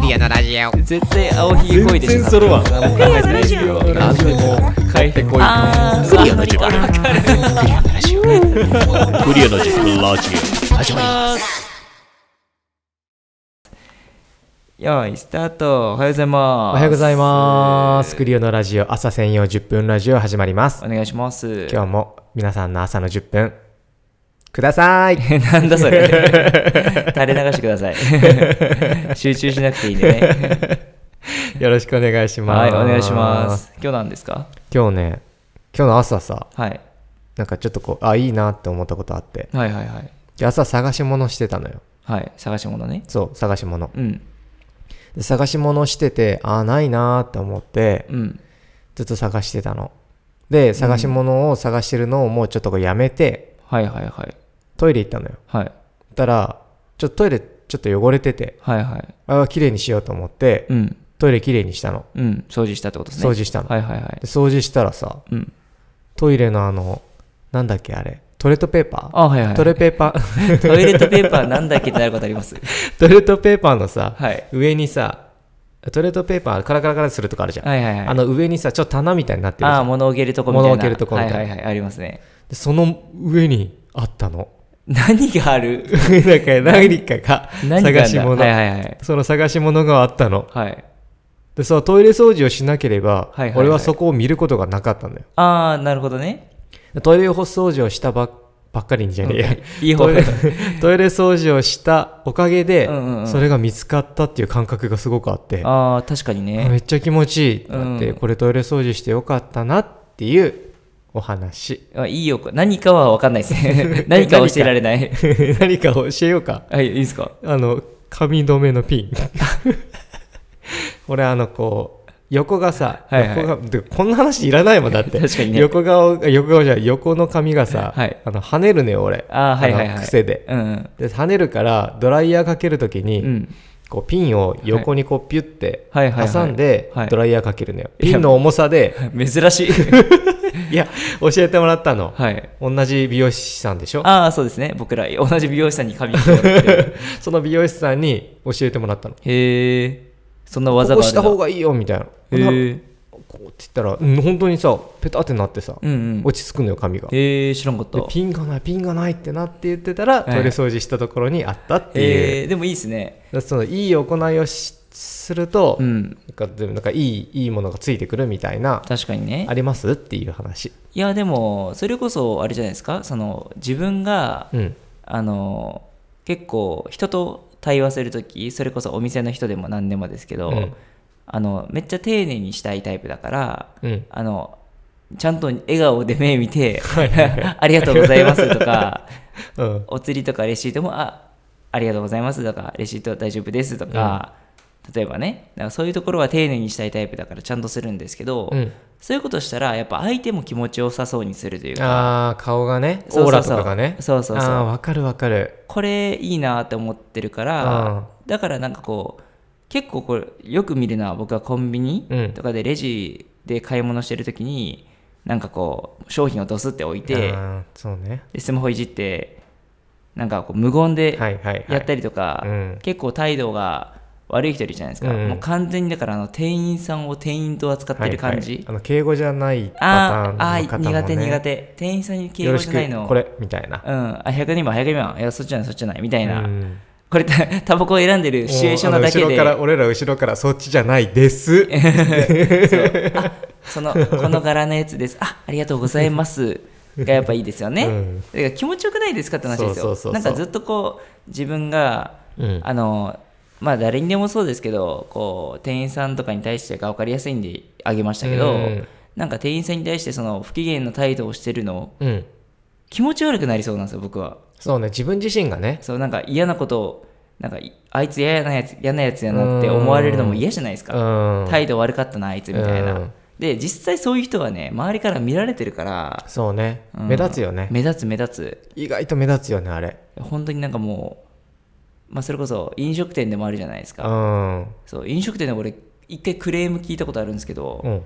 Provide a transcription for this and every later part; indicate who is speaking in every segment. Speaker 1: リアのラジオ
Speaker 2: 絶対青ひげこいでしょ
Speaker 3: 全然揃わん
Speaker 2: 何も考えてないですけど
Speaker 3: ラジオ変えてこい
Speaker 2: あー
Speaker 4: クリアの時間
Speaker 2: わかる
Speaker 4: クリアの時間ラジオ始まり
Speaker 2: よいスタートおはようござい
Speaker 3: お
Speaker 2: ます
Speaker 3: はようございますクリオのラジオ朝専用10分ラジオ始まります
Speaker 2: お願いします
Speaker 3: 今日も皆さんの朝の10分くださ い
Speaker 2: なんだ それ垂れ流してくださ い集中しなくていいんでね
Speaker 3: よろしくお願いしま
Speaker 2: は
Speaker 3: す
Speaker 2: いお願いします今日なんですか
Speaker 3: 今日ね今日の朝さ
Speaker 2: はい
Speaker 3: なんかちょっとこうあいいなって思ったことあって
Speaker 2: はいはいはい
Speaker 3: で朝探し物してたのよ
Speaker 2: はい探し物ね
Speaker 3: そう探し物
Speaker 2: うん
Speaker 3: で探し物しててああないなーって思って
Speaker 2: うん
Speaker 3: ずっと探してたので探し物を探してるのをもうちょっとこうやめて、
Speaker 2: はいはいはい
Speaker 3: トイレ行ったのよ
Speaker 2: はい
Speaker 3: そしたらちょっとトイレちょっと汚れてて
Speaker 2: はいはい
Speaker 3: ああ綺麗にしようと思って、
Speaker 2: うん
Speaker 3: トイレ綺麗にしたの
Speaker 2: うん掃除したってことですね
Speaker 3: 掃除したの、
Speaker 2: はいはいはい
Speaker 3: で掃除したらさ
Speaker 2: うん
Speaker 3: トイレのあのなんだっけあれトイレットペーパー
Speaker 2: あはいはい
Speaker 3: トイレ ペーパー
Speaker 2: トイレットペーパーなんだっけってなることあります
Speaker 3: トイレットペーパーのさ、
Speaker 2: はい
Speaker 3: 上にさトイレットペーパーカラカラカラするとこあるじゃん、
Speaker 2: はいはいはい
Speaker 3: あの上にさちょっと棚みたいになってるじ
Speaker 2: あ
Speaker 3: ゃ
Speaker 2: あ
Speaker 3: ん
Speaker 2: 物置けるとこみたいな
Speaker 3: 物置けるとこみたいな
Speaker 2: はいはいはいありますね
Speaker 3: でその上にあったの
Speaker 2: 何がある
Speaker 3: だから何かが
Speaker 2: 何が
Speaker 3: 探
Speaker 2: あるんだ
Speaker 3: し物、
Speaker 2: はいはいはい
Speaker 3: その探し物があったの
Speaker 2: はい
Speaker 3: でそのトイレ掃除をしなければ、
Speaker 2: はいはいはい
Speaker 3: 俺はそこを見ることがなかったんだよ
Speaker 2: ああなるほどね
Speaker 3: トイレ掃除をしたばっばっかりにじゃねえや、
Speaker 2: いい方
Speaker 3: トイレ トイレ掃除をしたおかげで、
Speaker 2: うんうんうん
Speaker 3: それが見つかったっていう感覚がすごくあって
Speaker 2: ああ確かに
Speaker 3: め
Speaker 2: ね
Speaker 3: っちゃ気持ちいいってなって、
Speaker 2: うん
Speaker 3: これトイレ掃除してよかったなっていうお話
Speaker 2: あいいよ何かは分かんないですね何か教えられない
Speaker 3: 何か教えようか
Speaker 2: はいいいですか
Speaker 3: あの髪留めのピン 俺あのこう横がさ、
Speaker 2: はいはい
Speaker 3: 横がでこんな話いらないもんだって
Speaker 2: 確かに ね
Speaker 3: 横顔横顔じゃない横の髪がさ、
Speaker 2: はい
Speaker 3: あの跳ねるね俺
Speaker 2: ああはいはい
Speaker 3: あ
Speaker 2: は
Speaker 3: の
Speaker 2: い
Speaker 3: 癖で
Speaker 2: うんうん
Speaker 3: で跳ねるからドライヤーかけるときに、
Speaker 2: うん
Speaker 3: こうピンを横にこうピュって
Speaker 2: はいはいはい
Speaker 3: 挟んで
Speaker 2: はい
Speaker 3: ドライヤーかけるのよ、
Speaker 2: いや
Speaker 3: ピンの重さで
Speaker 2: 珍 しい
Speaker 3: いや教えてもらったの、
Speaker 2: はい
Speaker 3: 同じ美容師さんでしょ
Speaker 2: ああそうですね僕ら同じ美容師さんに髪 切ってもらってる
Speaker 3: その美容師さんに教えてもらったのこ
Speaker 2: へえそんな技
Speaker 3: こ
Speaker 2: がある
Speaker 3: し
Speaker 2: んだ
Speaker 3: た方がいいよみたいな
Speaker 2: へえ
Speaker 3: こうって言ったら、うん、本当にさペタってなってさ、
Speaker 2: うんうん
Speaker 3: 落ち着くのよ髪がで
Speaker 2: へえ知らんかった
Speaker 3: ピンがないピンがないってなって言ってたら、
Speaker 2: い
Speaker 3: トイレ掃除したところにあったっていう、
Speaker 2: へえでもいいですね
Speaker 3: だからそのいい行いをしすると、
Speaker 2: うん
Speaker 3: なんかでもなんかいいいいものがついてくるみたいな
Speaker 2: 確かにね
Speaker 3: ありますっていう話
Speaker 2: いやでもそれこそあれじゃないですかその自分が、
Speaker 3: うん
Speaker 2: あの結構人と対話する時それこそお店の人でも何でもですけど、
Speaker 3: うん
Speaker 2: あのめっちゃ丁寧にしたいタイプだから、
Speaker 3: うん
Speaker 2: あのちゃんと笑顔で目見て「 ありがとうございます」とか
Speaker 3: うん
Speaker 2: お釣りとかレシートも「あありがとうございます」とか「レシート大丈夫です」とか、例えばねなんかそういうところは丁寧にしたいタイプだからちゃんとするんですけど、
Speaker 3: うん
Speaker 2: そういうことしたらやっぱ相手も気持ちよさそうにするというか
Speaker 3: あー顔がね
Speaker 2: そう
Speaker 3: オー
Speaker 2: そ
Speaker 3: ラ
Speaker 2: う
Speaker 3: と
Speaker 2: そう
Speaker 3: かがね
Speaker 2: そうそうそう
Speaker 3: あーわかるわかる
Speaker 2: これいいなって思ってるからだからなんかこう結構これよく見るのは僕はコンビ
Speaker 3: うん
Speaker 2: ニとかでレジで買い物してる時に、なんかこう商品をドスって置いて
Speaker 3: あーそうね
Speaker 2: でスマホいじってなんかこう無言で
Speaker 3: はいはいはい
Speaker 2: やったりとか、
Speaker 3: うん
Speaker 2: 結構態度が悪い人いるじゃないですか、
Speaker 3: うんうん
Speaker 2: もう完全にだからあの店員さんを店員と扱ってる感
Speaker 3: は
Speaker 2: じ、
Speaker 3: いはいあの敬語じゃない
Speaker 2: あ
Speaker 3: パ
Speaker 2: ー
Speaker 3: タ
Speaker 2: あ
Speaker 3: ーンの
Speaker 2: ー
Speaker 3: 方も、ね、
Speaker 2: 苦手苦手店員さんに敬
Speaker 3: よ
Speaker 2: 語
Speaker 3: ろし
Speaker 2: じゃないの
Speaker 3: くこれみたいな
Speaker 2: うん、あ100人も100人もいやそっちじゃないそっちじゃないみたいな、
Speaker 3: うん
Speaker 2: これた タバコを選んでるシチュエーションなだけ
Speaker 3: もうあの後
Speaker 2: で
Speaker 3: ろから俺ら後ろからそっちじゃないです
Speaker 2: その この柄のやつですあありがとうございますがやっぱいいですよね、
Speaker 3: うん
Speaker 2: だから気持ちよくないですかって話ですよ
Speaker 3: そうそうそうそう
Speaker 2: なんかずっとこう自分が、
Speaker 3: うん
Speaker 2: あのまあ誰にでもそうですけどこう店員さんとかに対してが分かりやすいんであげましたけど、
Speaker 3: うん
Speaker 2: なんか店員さんに対してその不機嫌な態度をしてるの
Speaker 3: うん
Speaker 2: 気持ち悪くなりそうなんですよ僕は
Speaker 3: そうね自分自身がね
Speaker 2: そうなんか嫌なことをなんかいあいつ嫌なやつ嫌なやつやなって思われるのも嫌じゃないですか、
Speaker 3: うん
Speaker 2: 態度悪かったなあいつみたいな、
Speaker 3: うん
Speaker 2: で実際そういう人はね周りから見られてるから、
Speaker 3: そうね、
Speaker 2: うん
Speaker 3: 目立つよね
Speaker 2: 目立つ目立
Speaker 3: 意外と目立つよねあれ
Speaker 2: つ本当になんかもう、まあ、それこそ飲食店でもあるじゃないです
Speaker 3: う
Speaker 2: か、
Speaker 3: んうん
Speaker 2: そう飲食店で俺一回クレーム聞いたことあるんですけど、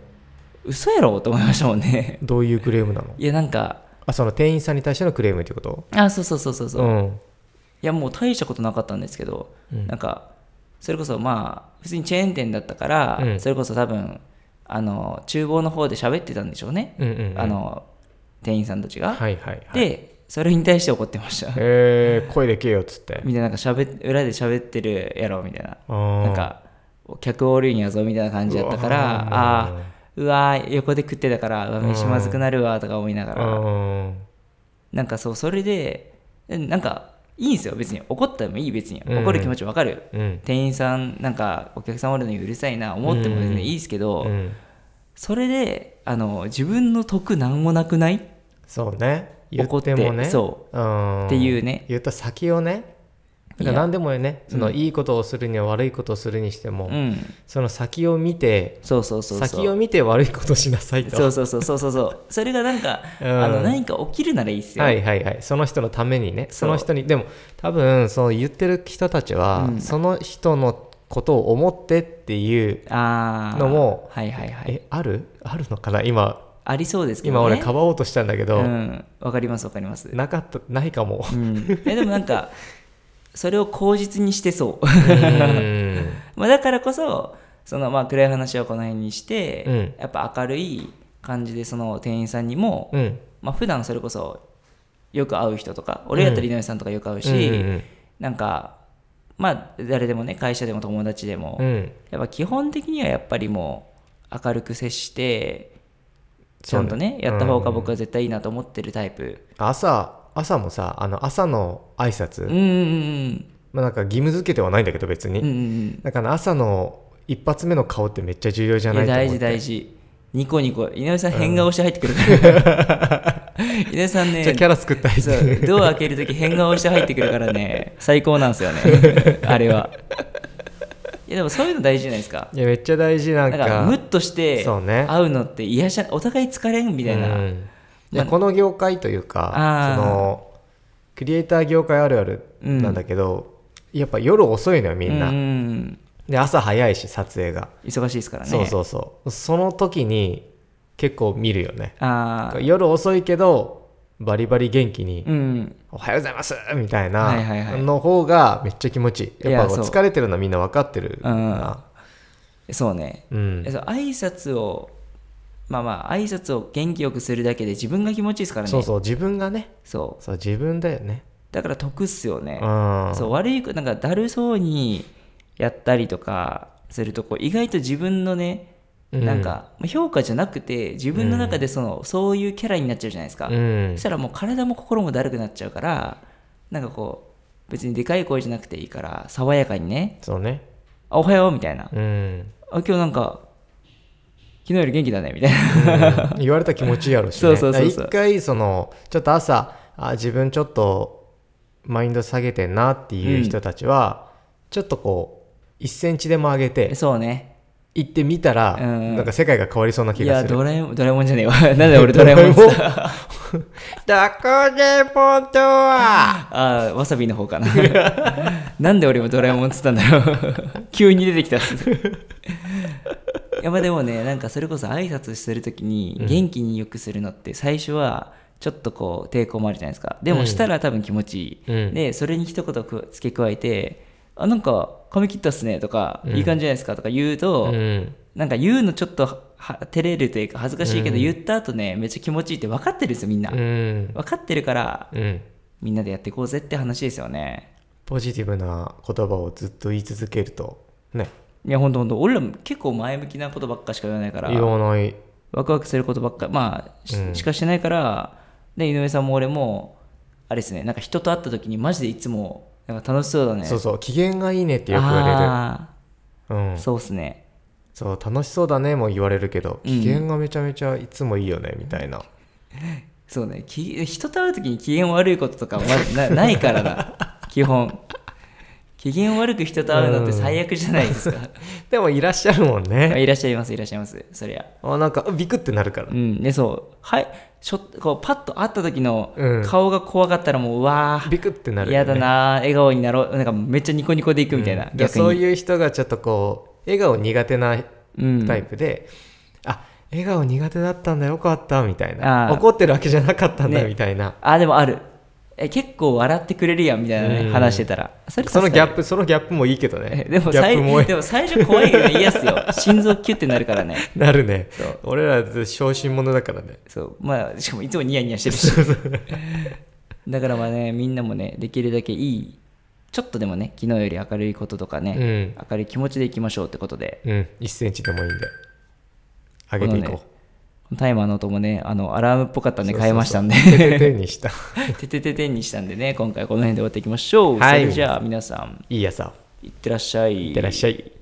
Speaker 2: 嘘やろと思いましたもんね
Speaker 3: どういうクレームなの
Speaker 2: いやなんか
Speaker 3: あその店員さんに対してのクレームってこと
Speaker 2: あそうそうそうそうそう、
Speaker 3: う
Speaker 2: い
Speaker 3: ん
Speaker 2: やもう大したことなかったんですけど、なんかそれこそまあ普通にチェーン店だったから、
Speaker 3: うん
Speaker 2: それこそ多分あの厨房の方で喋ってたんでしょうね、
Speaker 3: うんうんうん
Speaker 2: あの店員さんたちが、
Speaker 3: はいはいはい
Speaker 2: でそれに対して怒ってました
Speaker 3: えー、声でけえよっつって
Speaker 2: みたいななんか喋っ裏で喋ってるやろみたいな
Speaker 3: な
Speaker 2: なんか客おるんやぞみたいな感じだったからああーうわー横で食ってたからうわ飯まずくなるわとか思いなが
Speaker 3: う
Speaker 2: ら
Speaker 3: ん
Speaker 2: なんかそうそれでえなんかいいんですよ別に怒ってもいい別に
Speaker 3: うん
Speaker 2: 怒る気持ちわかる、
Speaker 3: うん
Speaker 2: 店員さんなんかお客さんおるのにうるさいな思っても全然いいですけど、
Speaker 3: うん
Speaker 2: それであの自分の得なんもなくない
Speaker 3: そうね言
Speaker 2: 怒
Speaker 3: っ
Speaker 2: って
Speaker 3: てもね
Speaker 2: そ
Speaker 3: うん
Speaker 2: っていうね
Speaker 3: 言った先をねだから
Speaker 2: いや
Speaker 3: 何でもねその
Speaker 2: うん
Speaker 3: いいことをするには悪いことをするにしても、
Speaker 2: う、うん、
Speaker 3: その先を見て
Speaker 2: そうそうそうそう
Speaker 3: 先を見て悪いことしなさいと
Speaker 2: そうそうそうそうそうそうそれがなんか、
Speaker 3: うん
Speaker 2: あの何か起きるならいいっすよ、
Speaker 3: はいはいはいその人のためにね
Speaker 2: そう
Speaker 3: その人にでも多分その言ってる人たちは、
Speaker 2: うん
Speaker 3: その人のことを思ってっていう
Speaker 2: ああ
Speaker 3: のも
Speaker 2: はいはいはい
Speaker 3: えあるあるのかな今
Speaker 2: ありそうですけど、ね、
Speaker 3: 今俺かばおうとしたんだけど、
Speaker 2: うんわかりますわかります、
Speaker 3: なかったないか も
Speaker 2: うん、えでもなんかそれを口実にしてそう
Speaker 3: うん
Speaker 2: まあだからこそそのまあ暗い話はこの辺にして、
Speaker 3: うん
Speaker 2: やっぱ明るい感じでその店員さんにも、
Speaker 3: うん
Speaker 2: まあ普段それこそよく会う人とか俺だったら井上さんとかよく会うし、
Speaker 3: うん
Speaker 2: なんかまあ誰でもね会社でも友達でも、
Speaker 3: うんうん
Speaker 2: やっぱ基本的にはやっぱりもう明るく接してちゃんとね
Speaker 3: そうね
Speaker 2: やった方が僕は絶対いいなと思ってるタイプ
Speaker 3: 朝朝もさあの朝の挨拶、
Speaker 2: うんうん
Speaker 3: まあ、なんか義務付けてはないんだけど別に、
Speaker 2: うんうんうん
Speaker 3: だから朝の一発目の顔ってめっちゃ重要じ
Speaker 2: う
Speaker 3: ゃ
Speaker 2: んい
Speaker 3: な
Speaker 2: や
Speaker 3: いと思っ
Speaker 2: 大
Speaker 3: て
Speaker 2: 事大事ニコニコ井上さん変顔して入ってくるから、 井上さんね
Speaker 3: じゃあキャラ作ったりって
Speaker 2: そう
Speaker 3: いう
Speaker 2: ドア開けるとき変顔して入ってくるから ね最高なんですよねあれはいやでもそういうの大事じゃないですか
Speaker 3: いやめっちゃ大事なん
Speaker 2: な
Speaker 3: か
Speaker 2: んかムッとして
Speaker 3: そうね
Speaker 2: 会うのって癒やしゃお互い疲れんみたいな、
Speaker 3: うんいや
Speaker 2: まあ
Speaker 3: この業界という
Speaker 2: あ
Speaker 3: か
Speaker 2: ー
Speaker 3: そのクリエイター業界あるあるなんだけど、やっぱ夜遅いのよみんな、
Speaker 2: ううん
Speaker 3: で朝早いし撮影が、
Speaker 2: 忙しいですからね
Speaker 3: そうそうそうその時に結構見るよね
Speaker 2: ああ
Speaker 3: 夜遅いけどバリバリ元気に
Speaker 2: うん
Speaker 3: 「おはようございます」みたい
Speaker 2: はいはい
Speaker 3: な
Speaker 2: はい
Speaker 3: の方がめっちゃ気持ちいい
Speaker 2: い
Speaker 3: や
Speaker 2: や
Speaker 3: っぱ
Speaker 2: そう
Speaker 3: 疲れてるのみんな分かってるな
Speaker 2: そうね、
Speaker 3: うん
Speaker 2: そう挨拶をまあまあ挨拶を元気よくするだけで自分が気持ちいいですからね
Speaker 3: そうそう自分がね
Speaker 2: そう
Speaker 3: そう自分だよね
Speaker 2: だから得っすよね
Speaker 3: うん
Speaker 2: そう悪いこなんかだるそうにやったりとかするとこう意外と自分のね
Speaker 3: うん
Speaker 2: なんかまあ評価じゃなくて自分の中でその、そういうキャラになっちゃうじゃないですか、
Speaker 3: うん
Speaker 2: そしたらもう体も心もだるくなっちゃうからなんかこう別にでかい声じゃなくていいから爽やかにね
Speaker 3: そうね
Speaker 2: 「あおはよう」みたいな
Speaker 3: うん
Speaker 2: あ今日なんか昨日より元気だねみたいな
Speaker 3: 言われたら気持ちいいやろし、ね、
Speaker 2: そうそうそうそう
Speaker 3: だから一回そのちょっと朝あ自分ちょっとマインド下げてんなっていう人たちは、ちょっとこう1センチでも上げて
Speaker 2: そうね
Speaker 3: 行ってみたら、
Speaker 2: うん
Speaker 3: なんか世界が変わりそうな気
Speaker 2: い
Speaker 3: が
Speaker 2: や
Speaker 3: する
Speaker 2: ドラえもんドラえもんじゃねえわ なんで俺ドラえもんっつった
Speaker 3: ダコデポンとは
Speaker 2: あーわさびの方かななんで俺もドラえもんっつったんだろう 急に出てきたっすいやまあでもねなんかそれこそ挨拶するときに元気によくするのって最初はちょっとこう抵抗もあるじゃないですかでもしたら多分気持ちいい、
Speaker 3: うん
Speaker 2: でそれに一言く付け加えて「あなんか髪切ったっすね」とか、いい感じじゃないですか」とか言うと、
Speaker 3: うん
Speaker 2: なんか言うのちょっとはは照れるというか恥ずかしいけど言った後ね、めっちゃ気持ちいいって分かってるんですよみんな、
Speaker 3: うん
Speaker 2: 分かってるから
Speaker 3: うん
Speaker 2: みんなでやっていこうぜって話ですよね
Speaker 3: ポジティブな言葉をずっと言い続けるとね
Speaker 2: いやほんとほんと俺らも結構前向きなことばっかしか言わないから
Speaker 3: 言わない
Speaker 2: ワクワクすることばっかまあし,、かしてないからで井上さんも俺もあれですねなんか人と会った時にマジでいつもなんか楽しそうだね
Speaker 3: そううそう機嫌がいいねってよく言われる、うん、
Speaker 2: そうっすね
Speaker 3: そう楽しそうだねも言われるけど機嫌がめちゃめちゃいつもいいよねみたいな、
Speaker 2: そうねき人と会う時に機嫌悪いこととかまずな ないからな基本機嫌悪く人と会うのって最悪じゃないですか、
Speaker 3: でもいらっしゃるもん
Speaker 2: まあ
Speaker 3: ね
Speaker 2: いらっしゃいますいらっしゃいますそりゃ
Speaker 3: あなんかうビクってなるから
Speaker 2: うんでそうはいしょこうパッと会った時の
Speaker 3: うん
Speaker 2: 顔が怖かったらもううわ
Speaker 3: ビクってな
Speaker 2: ー
Speaker 3: るよ
Speaker 2: 嫌
Speaker 3: ね
Speaker 2: だなー笑顔になろうなんかめっちゃニコニコでいくみたいな、
Speaker 3: うんで
Speaker 2: 逆
Speaker 3: そう
Speaker 2: に
Speaker 3: いう人がちょっとこう笑顔苦手な
Speaker 2: うん
Speaker 3: タイプで、あ笑顔苦手だったんだよかったみたいな
Speaker 2: あー
Speaker 3: 怒ってるわけじゃなかったんだ
Speaker 2: ね
Speaker 3: みたいな、
Speaker 2: あでもあるえ結構笑ってくれるやんみたいなね、
Speaker 3: うん
Speaker 2: 話してたらそれこ
Speaker 3: そのギャッ
Speaker 2: プ
Speaker 3: プそのギャップもいいけどね
Speaker 2: でも
Speaker 3: ギャッ
Speaker 2: 最
Speaker 3: プもいい
Speaker 2: でも最初怖いよねいやっすよ心臓キュッてなるからね
Speaker 3: なるね
Speaker 2: そう
Speaker 3: 俺ら小心者だからね
Speaker 2: そうまあしかもいつもニヤニヤしてるしだからまあねみんなもねできるだけいいちょっとでもね昨日より明るいこととかね、
Speaker 3: うん
Speaker 2: 明るい気持ちでいきましょうってことで
Speaker 3: うん1センチでもいいんで上げてい
Speaker 2: この
Speaker 3: こ
Speaker 2: ねタイマーの音もねあのアラームっぽかったんで
Speaker 3: う
Speaker 2: 変えましたん で
Speaker 3: そうそうそう手手にした
Speaker 2: ててててにしたんでね今回この辺で終わっていきましょう、
Speaker 3: はい
Speaker 2: それじゃあ皆さん
Speaker 3: いいやさ
Speaker 2: いってらっしゃい
Speaker 3: いってらっしゃい